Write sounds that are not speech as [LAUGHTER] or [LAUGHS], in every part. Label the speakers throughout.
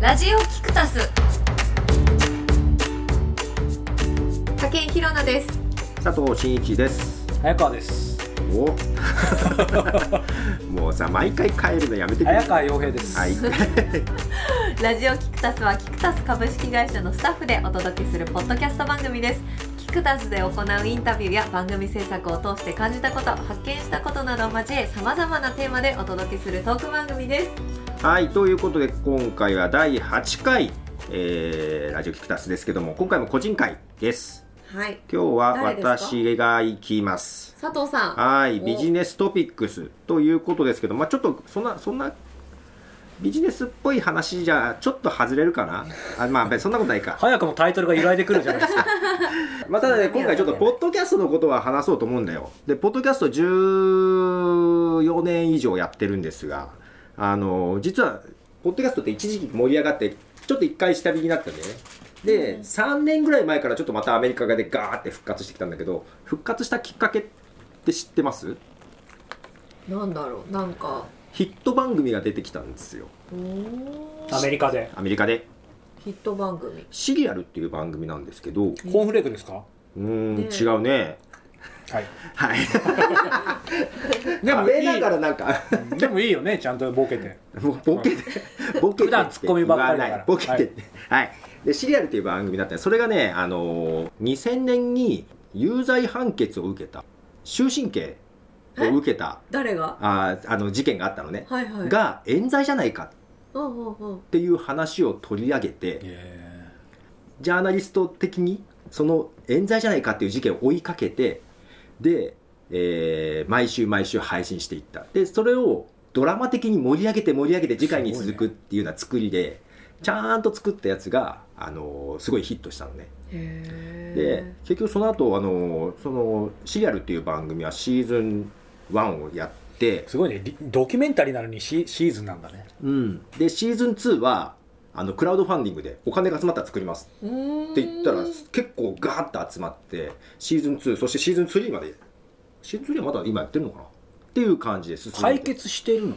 Speaker 1: ラジオキクタス
Speaker 2: 武井宏奈です
Speaker 3: 佐藤真一です
Speaker 4: 早川です
Speaker 3: お [LAUGHS] もうさ毎回変えるのやめてくれ
Speaker 4: 早川洋平です、
Speaker 3: はい
Speaker 2: ラジオキクタスはキクタス株式会社のスタッフでお届けするポッドキャスト番組ですキクタスで行うインタビューや番組制作を通して感じたこと発見したことなどを交えさまざまなテーマでお届けするトーク番組です
Speaker 3: はいということで今回は第8回、えー、ラジオキクタスですけども今回も個人会です
Speaker 2: はい
Speaker 3: 今日は
Speaker 2: 誰ですか
Speaker 3: 私が行きます
Speaker 2: 佐藤さん
Speaker 3: はい
Speaker 2: お
Speaker 3: ビジネストピックスということですけどまあちょっとそんなそんなビジネスっぽい話じゃちょっと外れるかなあまあ別にそんなことないか
Speaker 4: 早くもタイトルが揺らいでくるじゃないですか
Speaker 3: まあ、ただね、今回ちょっと、ポッドキャストのことは話そうと思うんだよ。で、ポッドキャスト14年以上やってるんですが、あの、実は、ポッドキャストって一時期盛り上がって、ちょっと一回下火になったんだよね。で、3年ぐらい前からちょっとまたアメリカでガーって復活してきたんだけど、復活したきっかけって知ってます
Speaker 2: なんだろうなんか
Speaker 3: ヒット番組が出てきたんですよ。
Speaker 2: うーん
Speaker 4: [LAUGHS] アメリカで
Speaker 3: アメリカで。
Speaker 2: ヒット番組
Speaker 3: シリアルっていう番組なんですけど、う
Speaker 4: コーンフレークですか
Speaker 3: ーん、
Speaker 2: ね
Speaker 3: 違うね。
Speaker 4: はい
Speaker 3: はい。
Speaker 4: でも
Speaker 3: 食べ
Speaker 4: い
Speaker 3: ないがらなんか、
Speaker 4: でもいいよねちゃんとボケて
Speaker 3: もうボケて、ボケてって
Speaker 4: 普段ツッコミばっかりだ
Speaker 3: 言
Speaker 4: から
Speaker 3: わないボケてって。はい、で、シリアルという番組だったんですそれがね、あのー2000年に有罪判決を受けた、終身刑を受けた、
Speaker 2: 誰が
Speaker 3: あーあの、事件があったのね、
Speaker 2: はいはい
Speaker 3: が冤罪じゃないかっ
Speaker 2: うんうんうん
Speaker 3: ていう話を取り上げて、ジャーナリスト的に、その冤罪じゃないかっていう事件を追いかけて、で、えー毎週毎週配信していった。で、それをドラマ的に盛り上げて盛り上げて次回に続くっていうような作りで、ちゃんと作ったやつが、あのーすごいヒットしたのね。
Speaker 2: へ
Speaker 3: で、結局その後、あのーその、シリアルっていう番組はシーズン1をやって、
Speaker 4: すごいねリドキュメンタリーなのにシシーズンなんだね
Speaker 3: うん。で、シーズン2は、あの、クラウドファンディングでお金が集まったら作ります。
Speaker 2: うーん
Speaker 3: って言ったら結構ガーッと集まってシーズン2そしてシーズン3までシーズン3はまだ今やってるのかなっていう感じです
Speaker 4: 解決してるの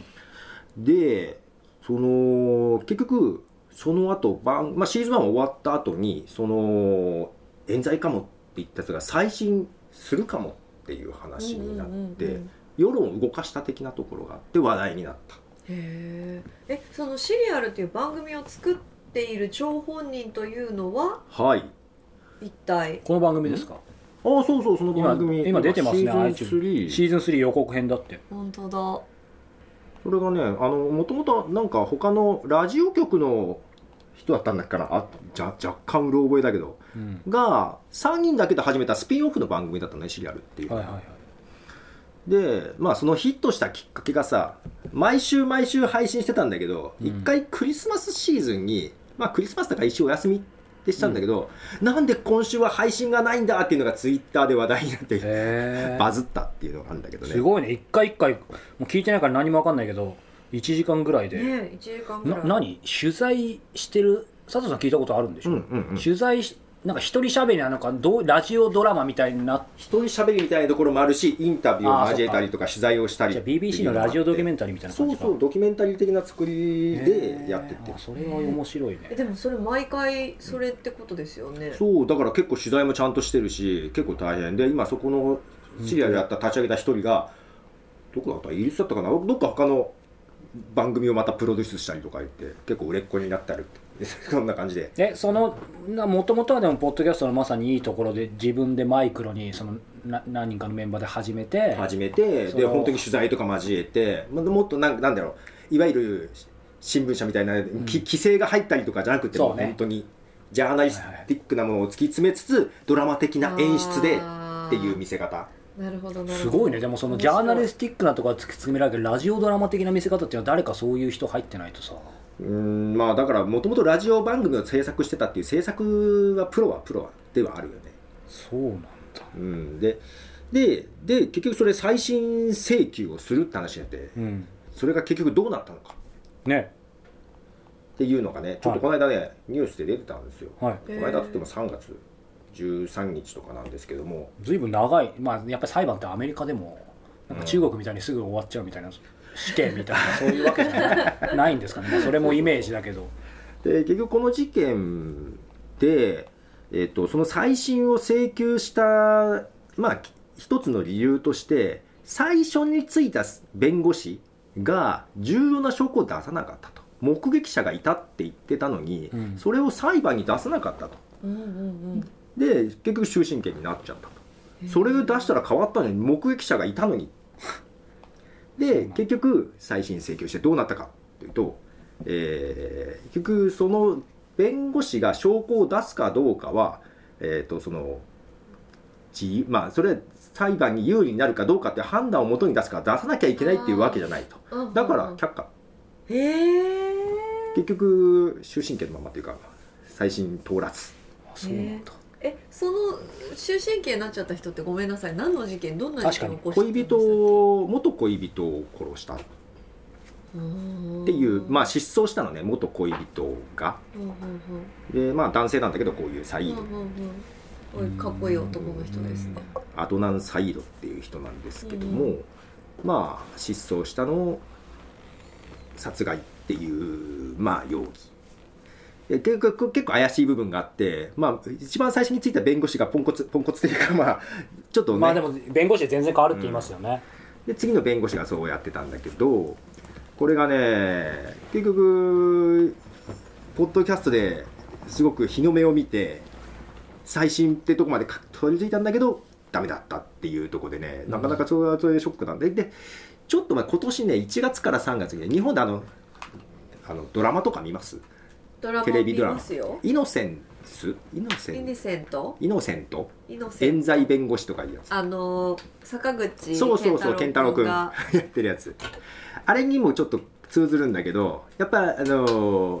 Speaker 3: でその結局その後番、まあ、シーズン1終わった後にその冤罪かもって言ったやつが再審するかもっていう話になって、
Speaker 2: うんうんうんうん
Speaker 3: 世論を動かした的なところがあって話題になった
Speaker 2: へーえそのシリアルという番組を作っている張本人というのは
Speaker 3: はい
Speaker 2: 一体
Speaker 4: この番組ですか
Speaker 3: ああそうそうその
Speaker 4: 今
Speaker 3: 番組
Speaker 4: 今出てますね
Speaker 3: シーズン
Speaker 4: iTunes
Speaker 3: 3
Speaker 4: シーズン3予告編だって
Speaker 2: 本当だ
Speaker 3: それがね、あの、もともとなんか他のラジオ局の人だったんだっけから、あ、じゃ、若干うろ覚えだけど、
Speaker 4: うん
Speaker 3: が、3人だけで始めたスピンオフの番組だったのね、シリアルっていう。
Speaker 4: はいはいはい
Speaker 3: で、まあそのヒットしたきっかけがさ、毎週毎週配信してたんだけど、
Speaker 4: うん
Speaker 3: 一、回クリスマスシーズンに、まあクリスマスだから一応お休みってしたんだけど、なんで今週は配信がないんだっていうのがツイッターで話題になって、
Speaker 4: へ
Speaker 3: [LAUGHS] バズったっていうのがあるんだけど
Speaker 4: ー
Speaker 3: ね。
Speaker 4: すごいね一回一回もう聞いてないから何も分かんないけど1時間ぐらいで、
Speaker 2: ね一時間ぐ
Speaker 4: な
Speaker 2: らい
Speaker 4: 何取材してる佐藤さん聞いたことあるんでし
Speaker 3: う
Speaker 4: ょ、
Speaker 3: んうんうん。
Speaker 4: 取材しなんか一人しゃべりなのかどうラジオドラマみたいになっ
Speaker 3: 一人喋りみたいなところもあるしインタビューを交えたりとか取材をしたり
Speaker 4: じゃあ BBC のラジオドキュメ
Speaker 3: ン
Speaker 4: ンタリーみた
Speaker 3: タ
Speaker 4: いな
Speaker 3: そ
Speaker 4: 感じ
Speaker 3: う
Speaker 4: か
Speaker 3: そうドキュメンタリー的な作りでやってて
Speaker 4: あそれは面白いね
Speaker 2: えでもそれ毎回それってことですよね
Speaker 3: そうだから結構取材もちゃんとしてるし結構大変で今そこのシリアルやった立ち上げた一人がどこだったイギリスだったかなどっか他の番組をまたプロデュースしたりとか言って結構売れっ子になったりって [LAUGHS] そんな感じで
Speaker 4: えそのもともとはでもポッドキャストのまさにいいところで自分でマイクロにそのな何人かのメンバーで始めて
Speaker 3: 始めて
Speaker 4: そ
Speaker 3: で
Speaker 4: の
Speaker 3: 本当に取材とか交えてまもっとなんなんだろういわゆる新聞社みたいな、き規制が入ったりとかじゃなくて
Speaker 4: そう
Speaker 3: もう
Speaker 4: ね
Speaker 3: 本当にジャーナリスティックなものを突き詰めつつドラマ的な演出でっていう見せ方
Speaker 2: なるほどなるほど
Speaker 4: すごいねでもそのジャーナリスティックなところ突き詰められるラジオドラマ的な見せ方っていうのは誰かそういう人入ってないとさ
Speaker 3: うーんまあだからもともとラジオ番組を制作してたっていう制作はプロはプロはではあるよね
Speaker 4: そうなんだ
Speaker 3: うんででで結局それ再審請求をするって話になって
Speaker 4: うん
Speaker 3: それが結局どうなったのか
Speaker 4: ね
Speaker 3: っていうのがねちょっとこの間ね、ニュースで出てたんですよ
Speaker 4: はい
Speaker 3: この間といっても3月13日とかなんですけども、
Speaker 4: ずいぶん長い、まあ、やっぱり裁判ってアメリカでもなんか中国みたいにすぐ終 [LAUGHS] わっちゃうみたいな、死刑みたいなそういうわけじゃないないんですかね、まあそれもイメージだけど
Speaker 3: で結局この事件で、えっとその再審を請求した、まあ、き一つの理由として最初についた弁護士が重要な証拠を出さなかったと目撃者がいたって言ってたのに、
Speaker 4: うん
Speaker 3: それを裁判に出さなかったと
Speaker 2: うんうん
Speaker 3: で結局終身刑になっちゃったと
Speaker 2: うん。
Speaker 3: それを出したら変わったのに目撃者がいたのに
Speaker 4: そうな
Speaker 3: で
Speaker 4: んだ
Speaker 3: 結局再審請求してどうなったかというと、えー結局その弁護士が証拠を出すかどうかは、えー、とその自由まあそれは裁判に有利になるかどうかっていう判断をもとに出すから出さなきゃいけないっていうわけじゃないと
Speaker 2: うんうん
Speaker 3: だから却下
Speaker 2: へえ
Speaker 3: 結局終身刑のままというか再審通らず
Speaker 4: あそうなんだ、
Speaker 2: えその終身刑になっちゃった人ってごめんなさい何の事件どんな事件を起こして
Speaker 3: 恋人を元恋人を殺したっていう、まあ、失踪したのね元恋人が
Speaker 2: あうんうんうん
Speaker 3: で、まあ、男性なんだけどこういうサイード、
Speaker 2: うんうんうん、おいかっこいい男の人ですね。
Speaker 3: アドナン・サイードっていう人なんですけども、まあ失踪したのを殺害っていう、まあ、容疑で結構結構怪しい部分があって、まあ、一番最初についた弁護士がポンコツポンコツっていうかまあちょっとね、
Speaker 4: まあでも弁護士で全然変わるって言いますよね、
Speaker 3: で次の弁護士がそうやってたんだけどこれがね結局ポッドキャストですごく日の目を見て最新ってとこまでか取り付いたんだけどダメだったっていうところでねなかなかそれはそれでショックなんででちょっと前今年ね1月から3月にね日本であのあのドラマとか見ます
Speaker 2: ドラマ
Speaker 3: テレビ
Speaker 2: 見
Speaker 3: ドラマ
Speaker 2: ますよ。
Speaker 3: イノセンスイノセ
Speaker 2: イ
Speaker 3: ン
Speaker 2: ネセント、
Speaker 3: イノセント
Speaker 2: イノセ
Speaker 3: 冤
Speaker 2: ント。
Speaker 3: 罪弁護士とかいうやつ
Speaker 2: あのー坂口
Speaker 3: そうそうそう
Speaker 2: 健太郎君が
Speaker 3: [LAUGHS] やってるやつあれにもちょっと通ずるんだけどやっぱあのー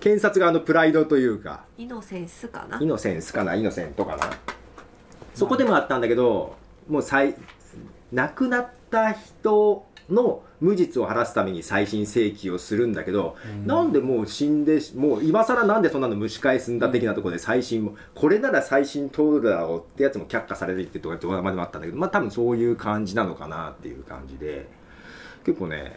Speaker 3: 検察側のプライドというか
Speaker 2: イノセンスかな
Speaker 3: イ。ノセンスかなイノセントかなそこでもあったんだけどもう再亡くなった人の無実を晴らすために再審請求をするんだけど、
Speaker 4: うん
Speaker 3: なんでもう死んでしもう今更なんでそんなの蒸し返すんだ的なところで再審もこれなら再審通るだろうってやつも却下されていってとかドラマでもあったんだけどまあ多分そういう感じなのかなっていう感じで結構ね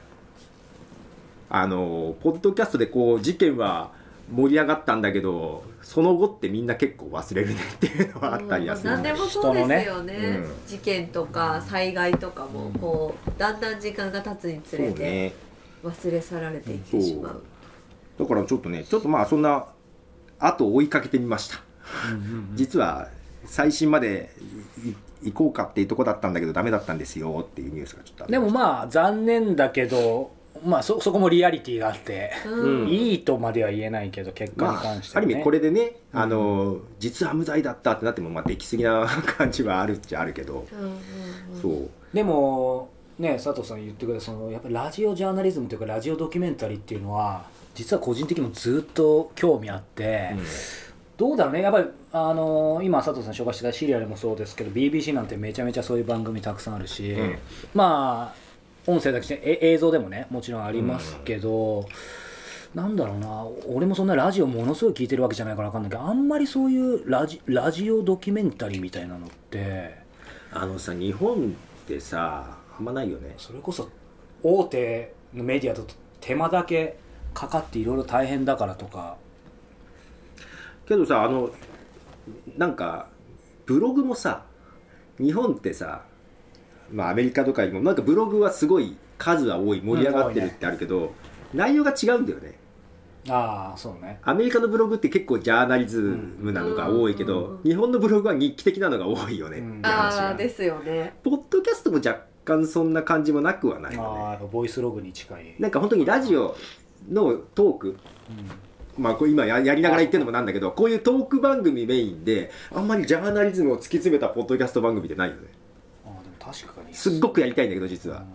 Speaker 3: あのポッドキャストでこう事件は盛り上がったんだけどその後ってみんな結構忘れるねっていうのはあったりはする
Speaker 2: うん何でもそうですよね
Speaker 3: 人のねうん
Speaker 2: 事件とか災害とかもこうだんだん時間が経つにつれ
Speaker 3: そう
Speaker 2: て
Speaker 3: ね
Speaker 2: 忘れ去られていってしまう
Speaker 3: だからちょっとねちょっとまあそんな後を追いかけてみました
Speaker 4: うんうんうん
Speaker 3: 実は最新までいい行こうかっていうとこだったんだけどダメだったんですよっていうニュースがちょっとある
Speaker 4: でもまあ残念だけどまあそそこもリアリティがあって、
Speaker 2: うん
Speaker 3: うん
Speaker 4: いいとまでは言えないけど結果に
Speaker 3: まあ
Speaker 4: 関して
Speaker 3: あ
Speaker 4: は、
Speaker 3: る
Speaker 4: ね
Speaker 3: 意味これでね、あの実は無罪だったってなってもまあでき過ぎな感じはあるっちゃあるけど、
Speaker 2: うんうんうん
Speaker 3: そう
Speaker 4: でもね佐藤さん言ってくれたそのやっぱりラジオジャーナリズムというかラジオドキュメンタリーっていうのは実は個人的にもずっと興味あって、どうだろうねやっぱりあの今佐藤さん紹介してくれたシリアルもそうですけど BBC なんてめちゃめちゃそういう番組たくさんあるし、
Speaker 3: うん
Speaker 4: まあ音声だけじゃえ映像でもねもちろんありますけど、なんだろうな俺もそんなラジオものすごい聞いてるわけじゃないから分かんないけどあんまりそういうラジラジオドキュメンタリーみたいなのって
Speaker 3: あのさ日本ってさあんまないよね
Speaker 4: それこそ大手のメディアだと手間だけかかっていろいろ大変だからとか
Speaker 3: けどさあのなんかブログもさ日本ってさまあアメリカとかにもなんかブログはすごい数は多い盛り上がってるってあるけど、内容が違うんだよね
Speaker 4: ああそうね
Speaker 3: アメリカのブログって結構ジャーナリズムなのが多いけど、
Speaker 2: うんうん
Speaker 3: 日本のブログは日記的なのが多いよね、
Speaker 4: うん
Speaker 3: って話
Speaker 2: ああ
Speaker 3: が
Speaker 2: ですよね
Speaker 3: ポッドキャストも若干そんな感じもなくはない
Speaker 4: ああ
Speaker 3: よ
Speaker 4: やっぱボイスログに近い
Speaker 3: ね、なんか本当にラジオのトークまあ、これ今ややりながら言ってるのもなんだけどこういうトーク番組メインであんまりジャーナリズムを突き詰めたポッドキャスト番組ってないよね
Speaker 4: ああでも確かに
Speaker 3: すっごくやりたいんだけど実は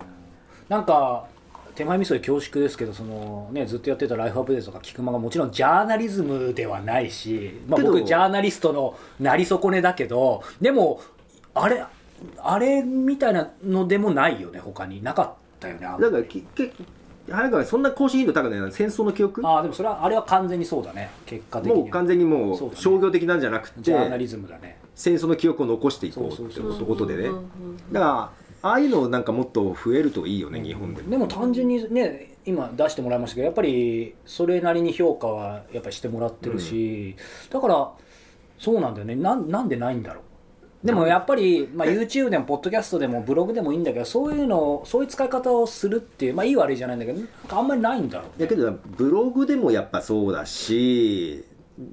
Speaker 4: なんか手前味噌で恐縮ですけどその、ね、ずっとやってた「ライフアップデート」とか菊間がもちろんジャーナリズムではないし、まあ、
Speaker 3: けど
Speaker 4: 僕ジャーナリストのなり損ねだけどでもあれあれみたいなのでもないよね他になかったよねあんま
Speaker 3: だからきけ早川そんな更新頻度高くない戦争の記憶
Speaker 4: ああでもそれはあれは完全にそうだね結果的に
Speaker 3: もう完全にも
Speaker 4: そうだ
Speaker 3: う
Speaker 4: ね
Speaker 3: 商業的なんじゃなくて、
Speaker 4: ジャーナリズムだね
Speaker 3: 戦争の記憶を残していこうって
Speaker 4: そうそう
Speaker 3: ことでね
Speaker 2: うんうんうん
Speaker 3: だからああいうのなんかもっと増えるといいよね日本でも
Speaker 4: でも単純にね今出してもらいましたけどやっぱりそれなりに評価はやっぱりしてもらってるし、だからそうなんだよねなんなんでないんだろうでもやっぱり、まあ、YouTube でもポッドキャストでもブログでもいいんだけどそういうのをそういう使い方をするっていうまあいい悪いじゃないんだけどなんかあんまりないんだろう
Speaker 3: だけどブログでもやっぱそうだし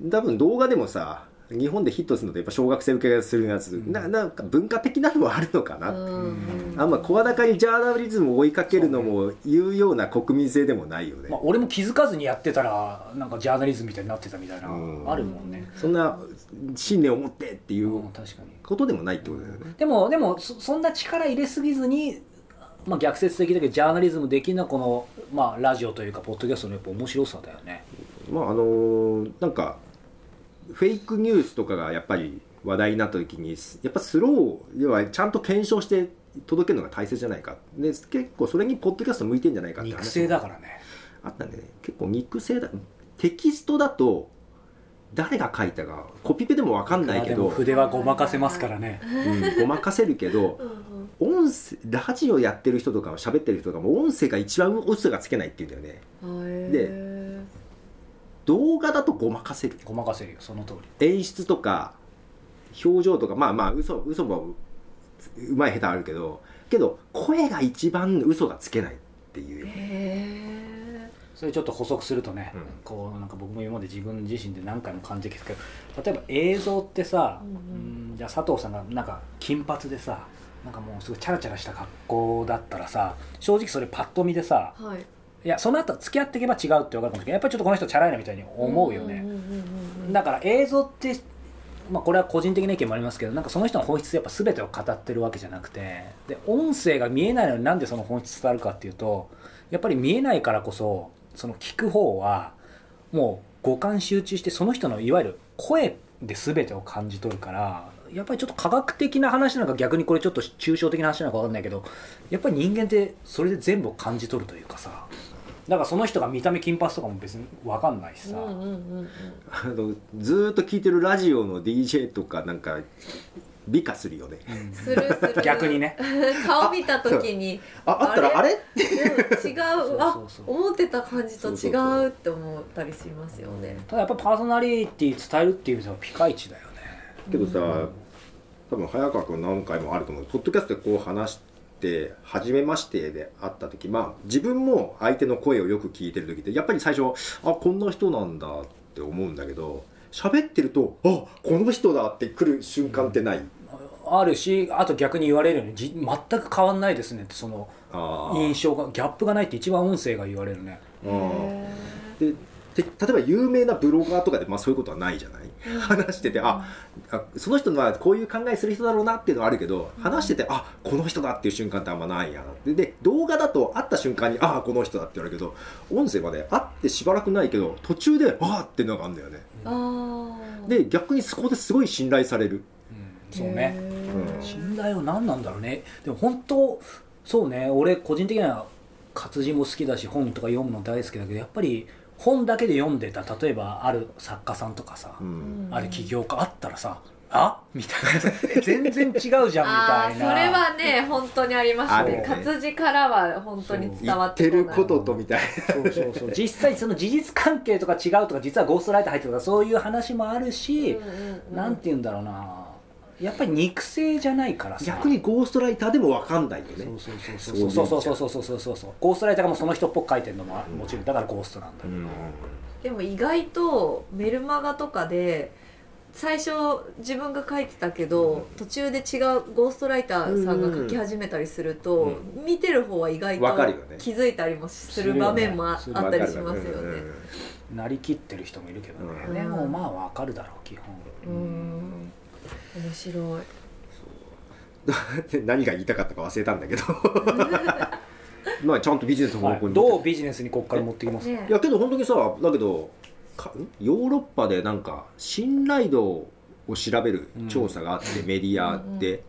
Speaker 3: 多分動画でもさ日本でヒットするのってやっぱ小学生受けがするやつ、ななんか文化的なのもあるのかな、
Speaker 2: うん
Speaker 3: あんま声高にジャーナリズムを追いかけるのも言うような国民性でもないよね、
Speaker 4: まあ、俺も気づかずにやってたらなんかジャーナリズムみたいになってたみたいな、
Speaker 3: うん
Speaker 4: あるもんね、、
Speaker 3: そんな信念を持ってっていううん
Speaker 4: 確かに
Speaker 3: ことでもないってことだよね、
Speaker 4: でもでもそそんな力入れすぎずに、まあ、逆説的だけどジャーナリズムできなこの、まあ、ラジオというかポッドキャストのやっぱ面白さだよね
Speaker 3: まああのーなんかフェイクニュースとかがやっぱり話題になった時にやっぱスロー要はちゃんと検証して届けるのが大切じゃないかで結構それにポッドキャスト向いてんじゃないかって
Speaker 4: 肉声だからね
Speaker 3: あったんでね結構肉声だテキストだと誰が書いたかコピペでも分かんないけ
Speaker 4: まあでも
Speaker 3: ど、
Speaker 4: 筆はごまかせますからね
Speaker 3: うんごまかせるけど
Speaker 2: うん
Speaker 3: 音声ラジオやってる人とか喋ってる人とかも音声が一番嘘がつけないっていうんだよね
Speaker 2: うん
Speaker 3: で
Speaker 2: へ
Speaker 3: 動画だとごまかせる
Speaker 4: ごまかせるよその通り
Speaker 3: 演出とか表情とかまあまあ嘘嘘もうまい下手あるけどけど声が一番嘘がつけないってい
Speaker 2: ー
Speaker 3: う
Speaker 2: へ
Speaker 4: それちょっと補足するとね、
Speaker 3: うん
Speaker 4: こうなんか僕も今まで自分自身で何回も感じてきたけど例えば映像ってさ、
Speaker 2: うんうん
Speaker 4: うんじゃあ佐藤さんがなんか金髪でさなんかもうすごいチャラチャラした格好だったらさ正直それパッと見でさ
Speaker 2: ーはい
Speaker 4: いやその後付き合っていけば違うって分かるかもしれないけどやっぱりちょっとこの人チャラいなみたいに思うよ
Speaker 2: ん
Speaker 4: ね、
Speaker 2: うんうんうん
Speaker 4: だから映像って、まあ、これは個人的な意見もありますけどなんかその人の本質やっぱ全てを語ってるわけじゃなくてで音声が見えないのになんでその本質伝わるかっていうとやっぱり見えないからこそその聞く方はもう五感集中してその人のいわゆる声で全てを感じ取るからやっぱりちょっと科学的な話なんか逆にこれちょっと抽象的な話なのか分かんないけどやっぱり人間ってそれで全部を感じ取るというかさだからその人が見た目金髪とかも別に分かんないしさ、
Speaker 2: うんうんうんうん
Speaker 3: あのずーっと聞いてるラジオの DJ とかなんか美化するよね
Speaker 4: うん
Speaker 2: するする
Speaker 4: 逆にね
Speaker 2: [LAUGHS] 顔見た時に
Speaker 3: ああったらあ
Speaker 2: あう
Speaker 3: れ
Speaker 2: ん違うあ
Speaker 4: そうそうそう
Speaker 2: 思ってた感じと違
Speaker 3: そうそうそう
Speaker 2: うって思ったりしますよね
Speaker 4: ただやっぱパーソナリティ伝えるっていう意味ではピカイチだよね
Speaker 3: けどさ、多分早川君何回もあると思うポッドキャストでこう話して「初めまして」で会った時まあ自分も相手の声をよく聞いてる時ってやっぱり最初「あこんな人なんだ」って思うんだけど喋ってると「あこの人だ」って来る瞬間ってない、
Speaker 4: あるしあと逆に言われるよねじ全く変わんないですねってその
Speaker 3: あー
Speaker 4: 印象がギャップがないって一番音声が言われるね
Speaker 3: う
Speaker 2: へ
Speaker 3: ん
Speaker 2: ー
Speaker 3: でて例えば有名なブロガーとかで、まあ、そういうことはないじゃない話しててああその人はこういう考えする人だろうなっていうのはあるけど話しててあこの人だっていう瞬間ってあんまないやなってで動画だと会った瞬間にあこの人だって言われるけど音声はね会ってしばらくないけど途中であっていうのがあるんだよね
Speaker 2: あー
Speaker 3: で逆にそこですごい信頼される
Speaker 4: うんそうね
Speaker 2: へ
Speaker 3: うん
Speaker 2: ー
Speaker 4: 信頼は何なんだろうねでも本当そうね俺個人的には活字も好きだし本とか読むの大好きだけどやっぱり本だけで読んでた例えばある作家さんとかさ、
Speaker 3: うん
Speaker 4: ある起業家あったらさあみたいな [LAUGHS] 全然違うじゃんみたい
Speaker 2: あ
Speaker 4: な
Speaker 2: ーそれはね本当にありますね
Speaker 3: あるね
Speaker 2: 活字からは本当に
Speaker 3: 言
Speaker 2: 伝わっ
Speaker 3: ってて
Speaker 2: こない
Speaker 3: ることとみたい
Speaker 4: そうそうそう実際その事実関係とか違うとか実はゴーストライター入ってるとかそういう話もあるし、
Speaker 2: うんうんうん
Speaker 4: なんて言うんだろうなやっぱり肉声じゃないから
Speaker 3: な
Speaker 4: さ
Speaker 3: [LAUGHS] 逆にゴーストライターでも分かんないよね
Speaker 4: そうそうそうそうそうそうそうそうそうそうゴーストライターがもうその人っぽく書いてるのもあもちろんだからゴーストなんだ
Speaker 3: う
Speaker 4: よ、
Speaker 3: ん
Speaker 2: でも意外とメルマガとかで最初自分が書いてたけど途中で違うゴーストライターさんが書き始めたりすると、見てる方は意外
Speaker 3: わかる
Speaker 2: と
Speaker 3: よね
Speaker 2: 気づいたりもする場面もあ
Speaker 4: するよ
Speaker 2: あ
Speaker 4: ね
Speaker 2: ったりしますよ
Speaker 3: うんう
Speaker 2: ね
Speaker 3: ん。
Speaker 4: なりきってる人もいるけどね、
Speaker 2: うん
Speaker 4: でもまあわかるだろう基本
Speaker 2: うーん面白い。
Speaker 3: で何が言いたかったか忘れたんだ
Speaker 4: [LAUGHS]
Speaker 3: けどまあちゃんとビジネスの方
Speaker 4: はい
Speaker 3: 向に
Speaker 4: どうビジネスにここから持ってきますか、
Speaker 2: ね
Speaker 3: いやけど本当にさだけどかんヨーロッパでなんか信頼度を調べる調査があって、メディアって、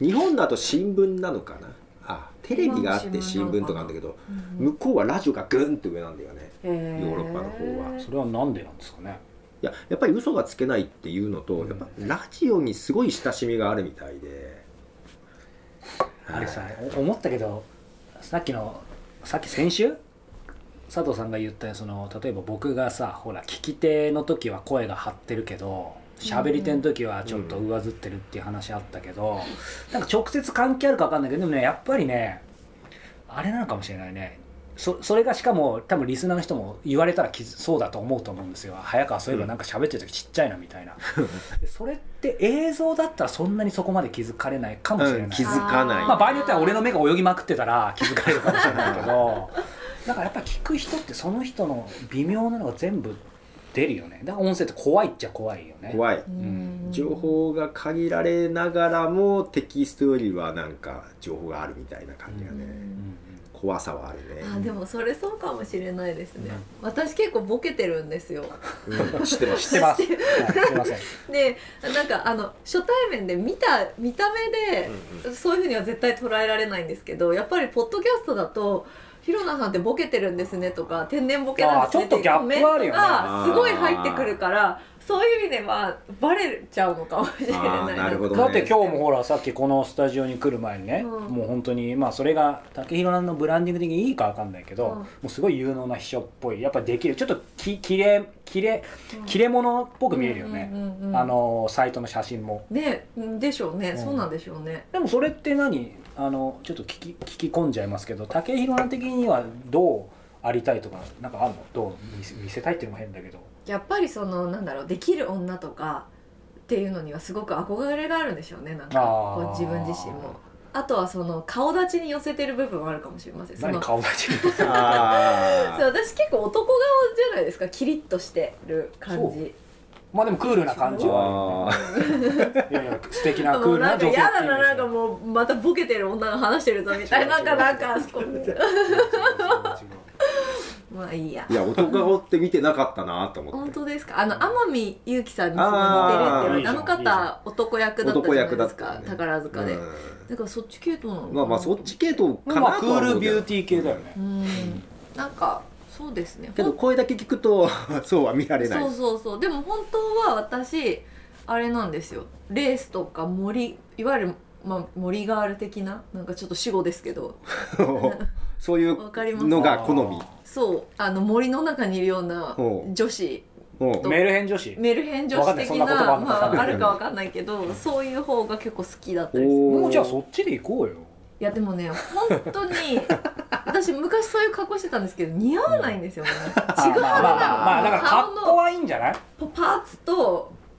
Speaker 3: 日本だと新聞なのかなあテレビがあって新聞とかなんだけど
Speaker 2: うん
Speaker 3: 向こうはラジオがグンって上なんだよね
Speaker 2: へー
Speaker 3: ヨーロッパの方は
Speaker 4: それはなんでなんですかね
Speaker 3: いややっぱり嘘がつけないっていうのと、
Speaker 4: うん
Speaker 3: やっぱラジオにすごい親しみがあるみたいで
Speaker 4: ああれさお思ったけどさっきのさっき先週佐藤さんが言ったその例えば僕がさほら聞き手の時は声が張ってるけど喋り手の時はちょっと上ずってるっていう話あったけど、なんか直接関係あるか分かんないけどでもねやっぱりねあれなのかもしれないねそそれがしかも多分リスナーの人も言われたら気づそうだと思うと思うんですよ早川そういえばなんか喋ってる時ちっちゃいなみたいな、でそれって映像だったらそんなにそこまで気づかれないかもしれない、
Speaker 3: うん気づかない
Speaker 4: まあ、場合によっては俺の目が泳ぎまくってたら気づかれるかもしれないけ
Speaker 2: [LAUGHS]
Speaker 4: どだからやっぱ聞く人ってその人の微妙なのが全部出るよねだから音声って怖いっちゃ怖いよね
Speaker 3: 怖い
Speaker 2: うん
Speaker 3: 情報が限られながらもテキストよりはなんか情報があるみたいな感じが
Speaker 2: う
Speaker 3: ね、
Speaker 2: ん
Speaker 3: 怖さはあるね
Speaker 2: あでもそれそうかもしれないですね、
Speaker 4: うん
Speaker 2: 私結構ボケてるんですよ
Speaker 3: うん知ってま
Speaker 4: 知
Speaker 3: す
Speaker 4: って
Speaker 2: [LAUGHS]
Speaker 4: ます、はい、すいません
Speaker 2: でなんかあの初対面で見た見た目で、そういうふうには絶対捉えられないんですけどやっぱりポッドキャストだと「ひろなさんってボケてるんですね」とか「天然ボケなんですね」
Speaker 4: あーちょっとギャップ
Speaker 2: コメント
Speaker 4: あるよね
Speaker 2: がすごい入ってくるからそういう意味ではバレちゃうのかもしれ
Speaker 3: あ
Speaker 2: な
Speaker 3: ー
Speaker 2: い
Speaker 3: なるほど
Speaker 4: だって今日もほらさっきこのスタジオに来る前にね、
Speaker 2: うん
Speaker 4: もう本当にまあそれが竹広さんのブランディング的にいいかわかんないけど、
Speaker 2: うん
Speaker 4: もうすごい有能な秘書っぽいやっぱできるちょっとききれきれ切れ者っぽく見えるよね、
Speaker 2: うんうんうんうん
Speaker 4: あのサイトの写真も
Speaker 2: ねでしょうね、
Speaker 4: うん
Speaker 2: そうなんでしょうね
Speaker 4: でもそれって何あのちょっと聞き聞き込んじゃいますけど竹広さん的にはどうありたいとかなんかあるのどう見せ見せたいっていうのも変だけど
Speaker 2: やっぱりそのなんだろうできる女とかっていうのにはすごく憧れがあるんでしょうねなんか
Speaker 4: あー
Speaker 2: こう自分自身もあとはその顔立ちに寄せてる部分はあるかもしれませんそ
Speaker 4: 何
Speaker 2: の
Speaker 4: 顔立ち
Speaker 2: そう
Speaker 3: あ
Speaker 2: 私結構男顔じゃないですかキリッとしてる感じ
Speaker 4: [LAUGHS] まあでもクールな感じ
Speaker 3: ー
Speaker 4: は
Speaker 3: あ
Speaker 4: あ
Speaker 3: ー
Speaker 4: るよねいやいや素敵な
Speaker 2: も
Speaker 4: クー
Speaker 2: う
Speaker 4: ル
Speaker 2: な
Speaker 4: なん
Speaker 2: か
Speaker 4: 女性
Speaker 2: 嫌
Speaker 4: って
Speaker 2: だ
Speaker 4: いう
Speaker 2: ななんか
Speaker 4: う
Speaker 2: もうまたボケてる女が話してるぞみたいななんかなんかそうまあ
Speaker 3: [LAUGHS]
Speaker 2: いいや
Speaker 3: いや男顔って見てなかったなと思っ
Speaker 2: 本
Speaker 3: て
Speaker 2: 当ですかあの天海祐希さんにすごい似てるって言われて
Speaker 4: あ
Speaker 2: あ
Speaker 4: ー
Speaker 2: の方男役だったじ
Speaker 3: 男
Speaker 2: ゃない
Speaker 3: 役だ
Speaker 2: で
Speaker 3: っ
Speaker 2: すか
Speaker 3: た、ね
Speaker 2: 宝塚で、
Speaker 3: う
Speaker 2: だからそっち系統なのか
Speaker 3: ん
Speaker 2: な
Speaker 3: まあまあそっち系統か
Speaker 4: ま
Speaker 3: な
Speaker 4: あク
Speaker 3: とは思うけど
Speaker 4: ールビューティー系だよね
Speaker 2: うんなんかそうですね
Speaker 3: けど声だけ聞くとそうは見られない
Speaker 2: そうそうそうでも本当は私あれなんですよレースとか森いわゆる、まあ、森ガール的ななんかちょっと死語ですけど
Speaker 3: そういう
Speaker 2: わかります
Speaker 3: のが好み
Speaker 2: そうあの森の中にいるような
Speaker 3: ほう
Speaker 2: 女子
Speaker 3: うん
Speaker 4: メルヘン女子
Speaker 2: メルヘン女子的な
Speaker 4: わかんないそんな言葉あんの
Speaker 2: ま
Speaker 4: わかん
Speaker 2: あ、
Speaker 4: ない
Speaker 2: あるかわかんないけどそういう方が結構好きだったりする
Speaker 3: おー
Speaker 4: もうじゃあそっちで行こうよ
Speaker 2: いやでもね本当に私昔そういう格好してたんですけど似合わないんですよ
Speaker 3: [LAUGHS]
Speaker 2: ねちぐはぐな
Speaker 4: まあ
Speaker 2: の
Speaker 4: まあまあだから
Speaker 2: 顔
Speaker 4: 格好
Speaker 2: の
Speaker 4: はいいんじゃない
Speaker 2: パーツと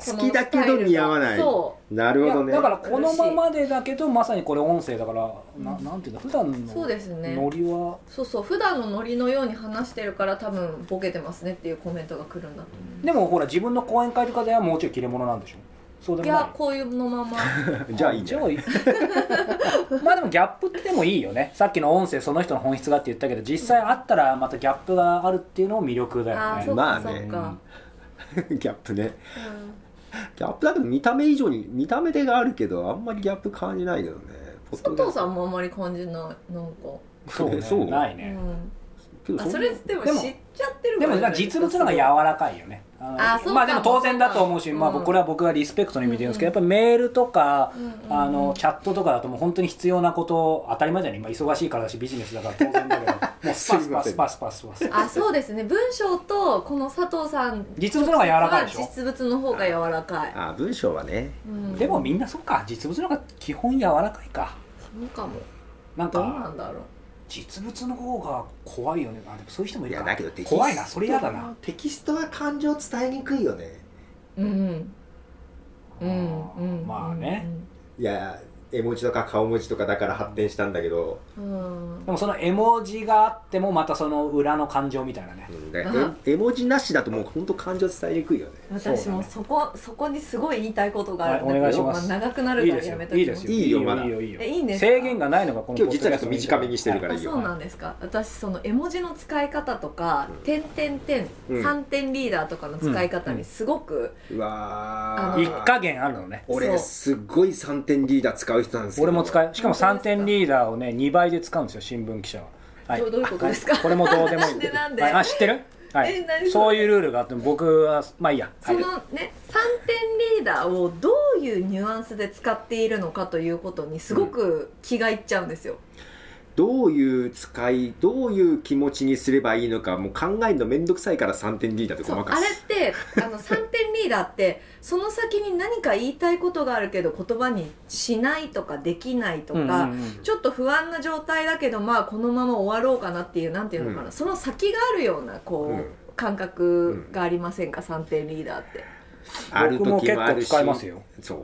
Speaker 2: こ
Speaker 3: 好
Speaker 2: の
Speaker 3: きだけど似合わな
Speaker 2: スタイ
Speaker 3: い
Speaker 2: ルとそう
Speaker 3: なるほど
Speaker 4: い
Speaker 3: ね
Speaker 4: やだからこのままでだけどまさにこれ音声だからななんていうんだ普段の
Speaker 2: そうですね
Speaker 4: ノリは
Speaker 2: そうそう普段のノリのように話してるから多分ボケてますねっていうコメントが来るんだと
Speaker 4: でもほら自分の講演会とかではもうちょい切れ者なんでしょそうで
Speaker 2: い
Speaker 4: もない
Speaker 2: やこういうのまま
Speaker 4: [LAUGHS]
Speaker 3: [LAUGHS] じゃあいいんじゃない
Speaker 4: じゃあいいまあでもギャップってもいいよねさっきの音声その人の本質がって言ったけど実際あったらまたギャップがあるっていうのも魅力だよ
Speaker 2: ああ
Speaker 4: ね
Speaker 2: そっ
Speaker 3: ま
Speaker 2: か
Speaker 3: あ
Speaker 2: そ
Speaker 3: ね
Speaker 2: っか、
Speaker 3: ギャップねギャップだけど見た目以上に見た目でがあるけどあんまりギャップ感じないけどね
Speaker 2: うん、佐藤さ
Speaker 3: ん
Speaker 2: んもあんまり感じないなんか、
Speaker 4: そうね
Speaker 3: そう
Speaker 4: ないうね、
Speaker 2: ん、
Speaker 3: けど
Speaker 2: あ
Speaker 3: んな
Speaker 2: それでも知
Speaker 4: で
Speaker 2: っ
Speaker 4: も
Speaker 2: ちゃってる
Speaker 4: で
Speaker 2: から
Speaker 4: も
Speaker 2: ね
Speaker 4: まあ実物の方が柔らかいよねあの
Speaker 2: あそうか
Speaker 4: まあでも当然だと思うし、まあ、
Speaker 2: うん
Speaker 4: これは僕はリスペクトの意味で言うんですけど、やっぱりメールとか、
Speaker 2: うんうんうん
Speaker 4: あのチャットとかだともう本当に必要なこと当たり前じゃない、今忙しいからだしビジネスだから当然だけどもうスパスパスパスパスパス
Speaker 2: あそうですね文章とこの佐藤さん
Speaker 4: 実物の方が柔らかいでしょ
Speaker 2: は実物の方が柔らかい、
Speaker 3: あ文章はね
Speaker 2: うん、
Speaker 4: でもみんなそうか実物の方が基本柔らかいか
Speaker 2: そうかも
Speaker 4: なん
Speaker 2: どうな
Speaker 4: か
Speaker 2: んだろう
Speaker 4: 実物の方が怖いよねあでもそういう人もい
Speaker 3: い
Speaker 4: る
Speaker 3: や
Speaker 4: か
Speaker 3: だけどテキスト
Speaker 4: 怖いなそれ嫌だな
Speaker 3: テキストは感情伝えにくいよね
Speaker 2: うんうんうん
Speaker 4: まあね
Speaker 3: いや絵文字とか顔文字とかだから発展したんだけど、
Speaker 2: うん、うん
Speaker 4: でもその絵文字があってもまたその裏の感情みたいなね
Speaker 3: うんだから絵絵文字なしだともう本当感情伝えにくいよね
Speaker 2: 私もそこそこにすごい言いたいことがあるんだ
Speaker 4: は
Speaker 2: け
Speaker 4: い
Speaker 2: ど、
Speaker 4: お願いします
Speaker 2: あ、長くなる
Speaker 4: いい
Speaker 2: か
Speaker 4: で
Speaker 2: ら
Speaker 4: す
Speaker 2: や
Speaker 4: よ
Speaker 2: めと
Speaker 4: い
Speaker 2: き
Speaker 4: いで
Speaker 2: ますす
Speaker 4: よ
Speaker 3: いいよまだ
Speaker 4: いいよいいよ
Speaker 2: えいいんですか
Speaker 4: 制限がないのがこの
Speaker 3: 今日実はちょっと短めにしてるから
Speaker 2: あ
Speaker 3: いいよ
Speaker 2: そうなんですか私その絵文字の使い方とか
Speaker 3: うん
Speaker 2: 「点点点」
Speaker 3: うん
Speaker 2: 「三点リーダー」とかの使い方にすごく、
Speaker 3: うわ
Speaker 2: あ
Speaker 3: ー
Speaker 2: の
Speaker 4: 一加減あるのね
Speaker 2: そう
Speaker 3: 俺すっごい3点リーダー使う人なんですけど
Speaker 4: 俺も使うしかも
Speaker 2: 本当
Speaker 4: 3
Speaker 2: ですか
Speaker 4: 点リーダーをね2倍で使う使うんですよ新聞記者は、はい、
Speaker 2: どうどういうことですか
Speaker 4: これもどうでもい
Speaker 2: な
Speaker 4: い
Speaker 2: んでなんで
Speaker 4: はいあ知ってるは
Speaker 2: え
Speaker 4: い
Speaker 2: 何、それ
Speaker 4: そういうルールがあっても僕はまあいいや、は
Speaker 2: そ
Speaker 4: い
Speaker 2: のね3点リーダーをどういうニュアンスで使っているのかということにすごく気がいっちゃうんですよ、
Speaker 3: どういう使いどういう気持ちにすればいいのかもう考えるの面倒くさいから3点リーダーでご
Speaker 2: そう
Speaker 3: まか
Speaker 2: あ
Speaker 3: す
Speaker 2: れってあ
Speaker 4: [LAUGHS]
Speaker 2: の3点リーダーってその先に何か言いたいことがあるけど言葉にしないとかできないとか、
Speaker 4: うんうんうん
Speaker 2: ちょっと不安な状態だけどまあこのまま終わろうかなっていうなんていうのかな、
Speaker 3: うん
Speaker 2: その先があるようなこう、
Speaker 3: うん
Speaker 2: 感覚がありませんか、3点リーダーって。
Speaker 3: ある
Speaker 4: 僕も
Speaker 3: 時
Speaker 4: 結
Speaker 3: もある
Speaker 4: 構
Speaker 3: し
Speaker 4: 使いますよ
Speaker 3: そう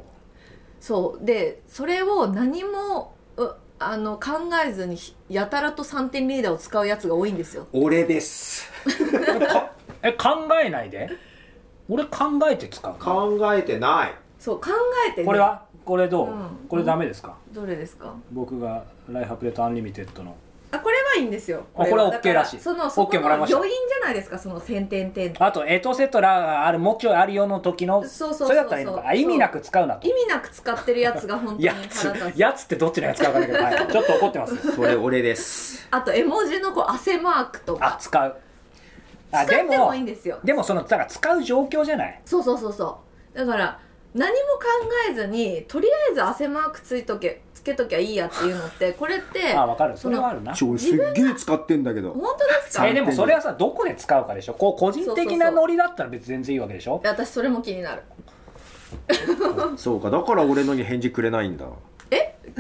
Speaker 2: そうでそれを何もうあの考えずにひやたらと3点リーダーを使うやつが多いんですよ。
Speaker 3: 俺です
Speaker 4: かえ考えないで俺考えて使うの
Speaker 3: 考えてない
Speaker 2: そう考えて、ね、
Speaker 4: これはこれどう、
Speaker 2: うん
Speaker 4: これダメですか、
Speaker 2: どれですか
Speaker 4: 僕が「ライフアップデートアンリミテッド」の
Speaker 2: あこれはいいんですよ。
Speaker 4: あこれは OK らしい
Speaker 2: だからそのそこ
Speaker 4: OK もらい
Speaker 2: の
Speaker 4: ました
Speaker 2: 余韻じゃないですかその点点点。
Speaker 4: あと「エトセトラ」がある「もちょあるよ」の時の
Speaker 2: そうそうそうそう
Speaker 4: れだったらいいのかあ意味なく使うなと
Speaker 2: 意味なく使ってるやつが本当に
Speaker 4: や
Speaker 2: 腹
Speaker 4: つ
Speaker 2: 立つ。
Speaker 4: やつってどっちのやつか分かん
Speaker 2: [LAUGHS]
Speaker 4: ないけど、はい、ちょっと怒ってます
Speaker 3: それ俺です
Speaker 2: あと絵文字のこう汗マークと
Speaker 4: あ
Speaker 2: か
Speaker 4: 使う
Speaker 2: 使
Speaker 4: あ
Speaker 2: って
Speaker 4: で
Speaker 2: も
Speaker 4: も
Speaker 2: いいんですよ。
Speaker 4: でもそのだから使う状況じゃない
Speaker 2: そうそうそうそうだから何も考えずにとりあえず汗マークついとけつけときゃいいやっていうのってこれって
Speaker 4: あ分かるそれはあるな
Speaker 3: ちょ俺すっげえ使ってんだけど
Speaker 2: 本当ですか
Speaker 4: えでもそれはさどこで使うかでしょこう個人的な
Speaker 2: そうそうそう
Speaker 4: ノリだったら別に全然いいわけでしょ
Speaker 2: 私それも気になる
Speaker 3: そうかだから俺のに返事くれないんだ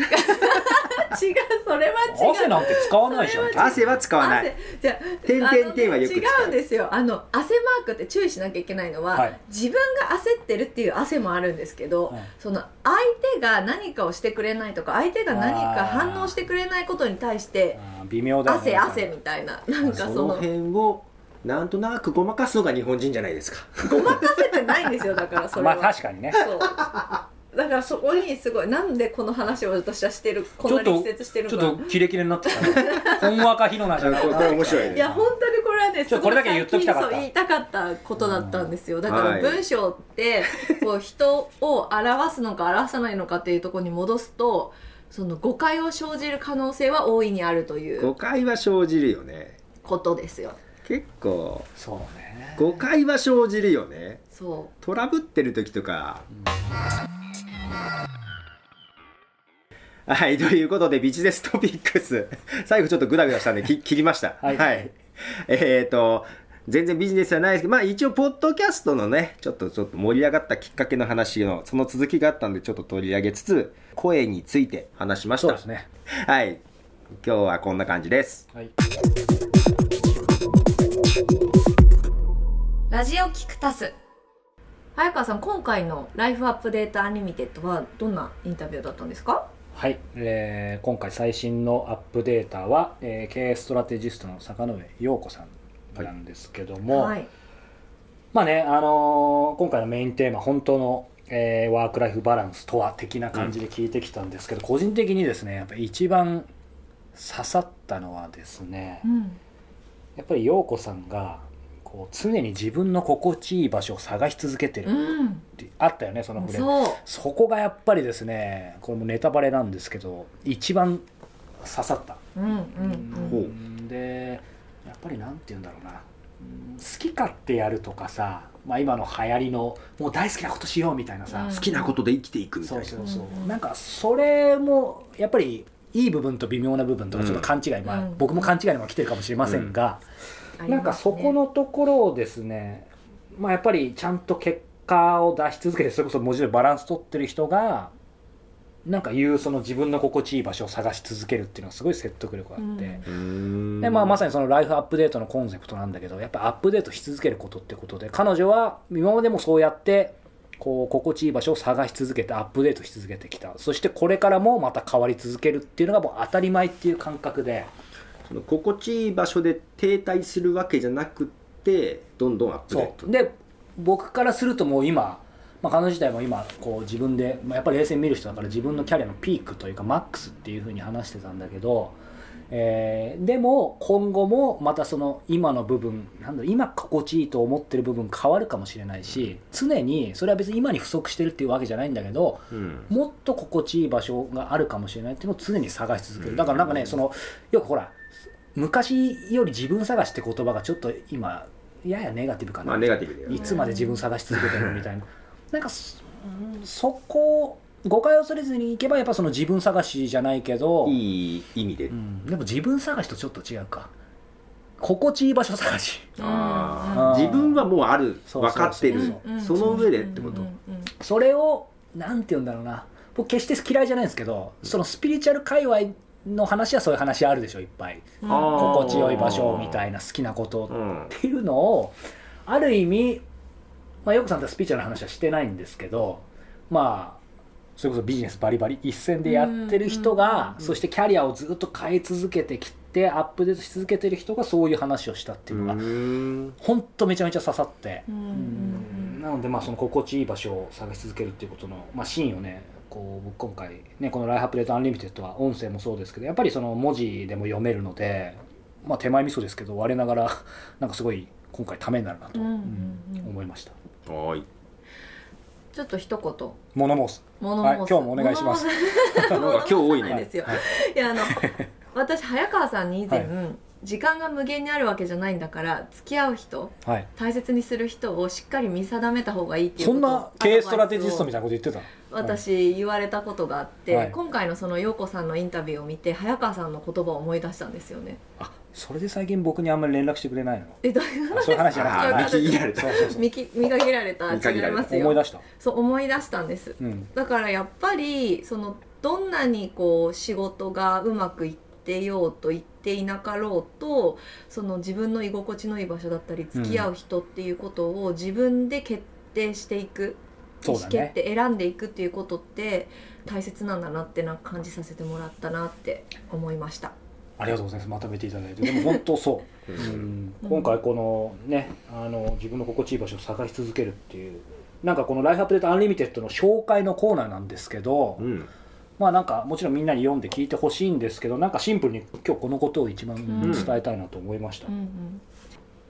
Speaker 2: 違うそれは違う
Speaker 4: 汗なんて使わないじゃん
Speaker 2: それは違う
Speaker 3: 汗は使わない
Speaker 2: 汗じゃあ
Speaker 3: 点々点はよく使う
Speaker 2: あのね違うんですよあの汗マークって注意しなきゃいけないのは、
Speaker 4: はい
Speaker 2: 自分が焦ってるっていう汗もあるんですけど、
Speaker 4: はい
Speaker 2: その相手が何かをしてくれないとか相手が何か反応してくれないことに対して
Speaker 4: あー微妙だよ
Speaker 2: 汗
Speaker 4: ね
Speaker 2: 汗みたいななんか
Speaker 3: そ
Speaker 2: そ
Speaker 3: の
Speaker 2: の
Speaker 3: 辺をなんとなくごまかすのが日本人じゃないですか
Speaker 2: ごまかせてないんですよだからそれ
Speaker 4: ま
Speaker 2: は、
Speaker 4: あ確かにね
Speaker 2: そうだからそこにすごいなんでこの話を私はしてるこんなに力説してる
Speaker 4: ちょ
Speaker 2: の
Speaker 4: っ
Speaker 2: か
Speaker 4: とキレキレになってき [LAUGHS] たねほんわかひろなじゃなく
Speaker 3: これ面白いね
Speaker 2: いや本当にこれはね
Speaker 4: ちょっとこれだけ言っときたかった
Speaker 2: すごい最近そう言いたかったことだったんですよだか
Speaker 3: は
Speaker 2: ら
Speaker 3: い
Speaker 2: 文章ってこう人を表すのか表さないのかっていうところに戻すとその誤解を生じる可能性は大いにあるという
Speaker 3: 誤解は生じるよね
Speaker 2: ことですよ
Speaker 3: 結構
Speaker 4: そうね
Speaker 3: 誤解は生じるよね
Speaker 2: そ
Speaker 3: トラブってる時とか、はいということでビジネストピックス最後ちょっとグダグダしたんでき切りました
Speaker 4: はい
Speaker 3: えっ、と全然ビジネスじゃないですけど、まあ一応、ポッドキャストのね、ちょっとちょっと盛り上がったきっかけの話の、その続きがあったんで、ちょっと取り上げつつ、声について話しまし
Speaker 4: そう
Speaker 3: た
Speaker 4: で。すね
Speaker 3: はい。今日はこんな感じです。
Speaker 4: はい、
Speaker 2: うラジオキクタス早川さん今回の「ライフアップデートアニミテッド」はどんなインタビューだったんですか
Speaker 4: はいえー今回最新のアップデータは、えー経営ストラテジストの坂上陽子さんなんですけども、
Speaker 2: はい
Speaker 4: まあね、あのー今回のメインテーマ、本当の、えーワーク・ライフ・バランスとは的な感じで聞いてきたんですけど、個人的にですね、やっぱ一番刺さったのはですね、
Speaker 2: うん
Speaker 4: やっぱり陽子さんが、こう常に自分の心地いい場所を探し続けてるっ
Speaker 2: うん
Speaker 4: てあったよね、そのフレーズ
Speaker 2: そう
Speaker 4: そこがやっぱりですね、これもネタバレなんですけど、一番刺さった。
Speaker 2: うんうんうん
Speaker 3: ほ
Speaker 4: うんでやっぱりなんて言うんだろうなうん好き勝手やるとかさ、まあ、今の流行りのもう大好きなことしようみたいなさ、
Speaker 2: うん
Speaker 3: 好きなことで生きていくみたい
Speaker 4: そう
Speaker 3: な。
Speaker 4: そうそう、
Speaker 2: うん
Speaker 4: なんかそれもやっぱりいい部分と微妙な部分とかちょっと勘違い、まあ
Speaker 2: うん
Speaker 4: 僕も勘違いにも来てるかもしれませんが、
Speaker 2: ありますね
Speaker 4: なんかそこのところをですね、まあ、やっぱりちゃんと結果を出し続けてそれこそ文字でバランス取ってる人がなんか言うその自分の心地いい場所を探し続けるっていうのはすごい説得力があって。
Speaker 2: うん
Speaker 3: うーん
Speaker 4: でまあ、まさにそのライフアップデートのコンセプトなんだけどやっぱアップデートし続けることってことで彼女は今までもそうやってこう心地いい場所を探し続けてアップデートし続けてきたそしてこれからもまた変わり続けるっていうのがもう当たり前っていう感覚で
Speaker 3: その心地いい場所で停滞するわけじゃなくってどんどんアップデー
Speaker 4: そ
Speaker 3: ト
Speaker 4: うで僕からするともう今、まあ、彼女自体も今こう自分で、まあ、やっぱり冷静に見る人だから自分のキャリアのピークというかマックスっていうふうに話してたんだけど、えーでも今後もまたその今の部分なんだろう今心地いいと思ってる部分変わるかもしれないし常にそれは別に今に不足してるっていうわけじゃないんだけど
Speaker 3: うん
Speaker 4: もっと心地いい場所があるかもしれないっていうのを常に探し続け
Speaker 3: うん
Speaker 4: るだからなんかねそのよくほら昔より自分探しって言葉がちょっと今ややネガティブかな、
Speaker 3: まあネガティブだよ
Speaker 4: い
Speaker 3: ね
Speaker 4: つまで自分探し続けてるのみたいな [LAUGHS] なんかそうんそこを誤解を恐れずにいけばやっぱその自分探しじゃないけど
Speaker 3: いい意味で、
Speaker 4: うん、でも自分探しとちょっと違うか心地いい場所探し [LAUGHS]
Speaker 2: うん
Speaker 4: あー
Speaker 3: 自分はもうある
Speaker 4: そうそうそう
Speaker 3: 分かってる
Speaker 2: うんうん
Speaker 3: その上でってこと
Speaker 2: うんうんうん
Speaker 4: それをなんて言うんだろうな僕決して嫌いじゃないんですけどそのスピリチュアル界隈の話はそういう話あるでしょいっぱい
Speaker 2: うん
Speaker 3: あー
Speaker 4: 心地よい場所みたいな好きなこと
Speaker 3: うん
Speaker 4: っていうのをある意味、まあ、よくさんとはスピーチャーの話はしてないんですけどまあそれこそビジネスバリバリ一線でやってる人が、
Speaker 3: うん
Speaker 4: そしてキャリアをずっと変え続けてきてアップデートし続けてる人がそういう話をしたっていうのが、
Speaker 3: う
Speaker 4: ほん、
Speaker 3: ん
Speaker 4: 本当めちゃめちゃ刺さって、
Speaker 2: うんうんうん
Speaker 4: なのでまあその心地いい場所を探し続けるっていうことの、まあ、シーンをねこう僕今回ねこの「ライハプレートアンリミテッド」は音声もそうですけどやっぱりその文字でも読めるので、まあ、手前味噌ですけど我ながらなんかすごい今回ためになるなと、
Speaker 2: うんうんうん
Speaker 4: うん思いました
Speaker 3: はーい
Speaker 2: ちょっと一言
Speaker 4: 物申す
Speaker 2: 物
Speaker 4: はい
Speaker 2: 申す
Speaker 4: 今日もお願いします
Speaker 2: 物申す
Speaker 3: なんか今日多い
Speaker 2: 物申さ
Speaker 3: ね
Speaker 2: なですよ、
Speaker 4: はい
Speaker 2: い、やあの私早川さんに以前、
Speaker 4: は
Speaker 2: 時間が無限にあるわけじゃないんだから付き合う人
Speaker 4: はい
Speaker 2: 大切にする人をしっかり見定めた方がいいっていう
Speaker 4: そんな経営ストラテジストみ
Speaker 2: たい
Speaker 4: たいなこと言ってた
Speaker 2: 私言われたことがあって、
Speaker 4: はい
Speaker 2: 今回のその陽子さんのインタビューを見て早川さんの言葉を思い出したんですよね
Speaker 4: あそれで最近僕にあんまり連絡してくれないの
Speaker 2: えどう
Speaker 4: あそういう話じゃ
Speaker 3: あ
Speaker 4: な
Speaker 3: あ
Speaker 4: く
Speaker 3: 見
Speaker 4: て
Speaker 3: 切られた
Speaker 4: そうそうそう
Speaker 2: 見き見限られた
Speaker 3: 見限ら
Speaker 2: 違い
Speaker 3: れた
Speaker 2: ます
Speaker 4: 思い
Speaker 2: よ
Speaker 4: 出した
Speaker 2: そう思い出したんです
Speaker 4: うん
Speaker 2: だからやっぱりそのどんなにこう仕事がうまくいってようと言っていなかろうとその自分の居心地のいい場所だったり付き合う人っていうことを自分で決定していく、意
Speaker 4: そう
Speaker 2: 思
Speaker 4: だ
Speaker 2: 決
Speaker 4: ね
Speaker 2: 定選んでいくっていうことって大切なんだなってなんか感じさせてもらったなって思いました。
Speaker 4: ありがとうございますまとめていただいてでも本当そううん今回このねあの自分の心地いい場所を探し続けるっていうなんかこの「ライフアップデートアンリミテッド」の紹介のコーナーなんですけど、
Speaker 3: うん
Speaker 4: まあなんかもちろんみんなに読んで聞いてほしいんですけどなんかシンプルに今日このことを一番
Speaker 2: うん
Speaker 4: 伝えたいなと思いました、
Speaker 2: うんうん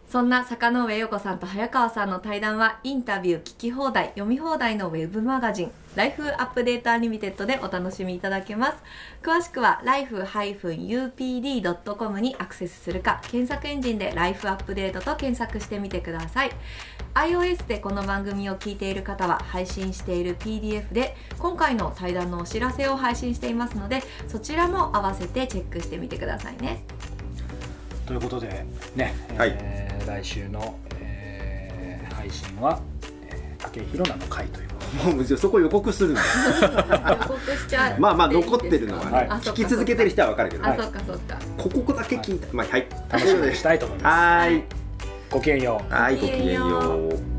Speaker 2: そんな坂上陽子さんと早川さんの対談はインタビュー聞き放題読み放題のウェブマガジン「ライフアップデートアンリミテッド」でお楽しみいただけます詳しくは life-upd.com にアクセスするか検索エンジンで「ライフアップデート」と検索してみてください iOS でこの番組を聞いている方は配信している PDF で今回の対談のお知らせを配信していますのでそちらも合わせてチェックしてみてくださいね
Speaker 4: ということでね、
Speaker 3: はい
Speaker 4: えー来週の、えー配信は「竹ひろなの会」ということで
Speaker 3: もうむしろそこ予告するんだ
Speaker 2: [LAUGHS] 予告しちゃう
Speaker 3: まあまあ残ってるのはね、
Speaker 4: はい
Speaker 3: 聞き続けてる人は分かるけど、
Speaker 2: あ
Speaker 4: はい
Speaker 2: そっかそっか
Speaker 3: ここだけ聞いた、まあはい
Speaker 4: 楽しみにしたいと思います
Speaker 3: はーい
Speaker 4: ごきげんよう
Speaker 3: はいごきげんよう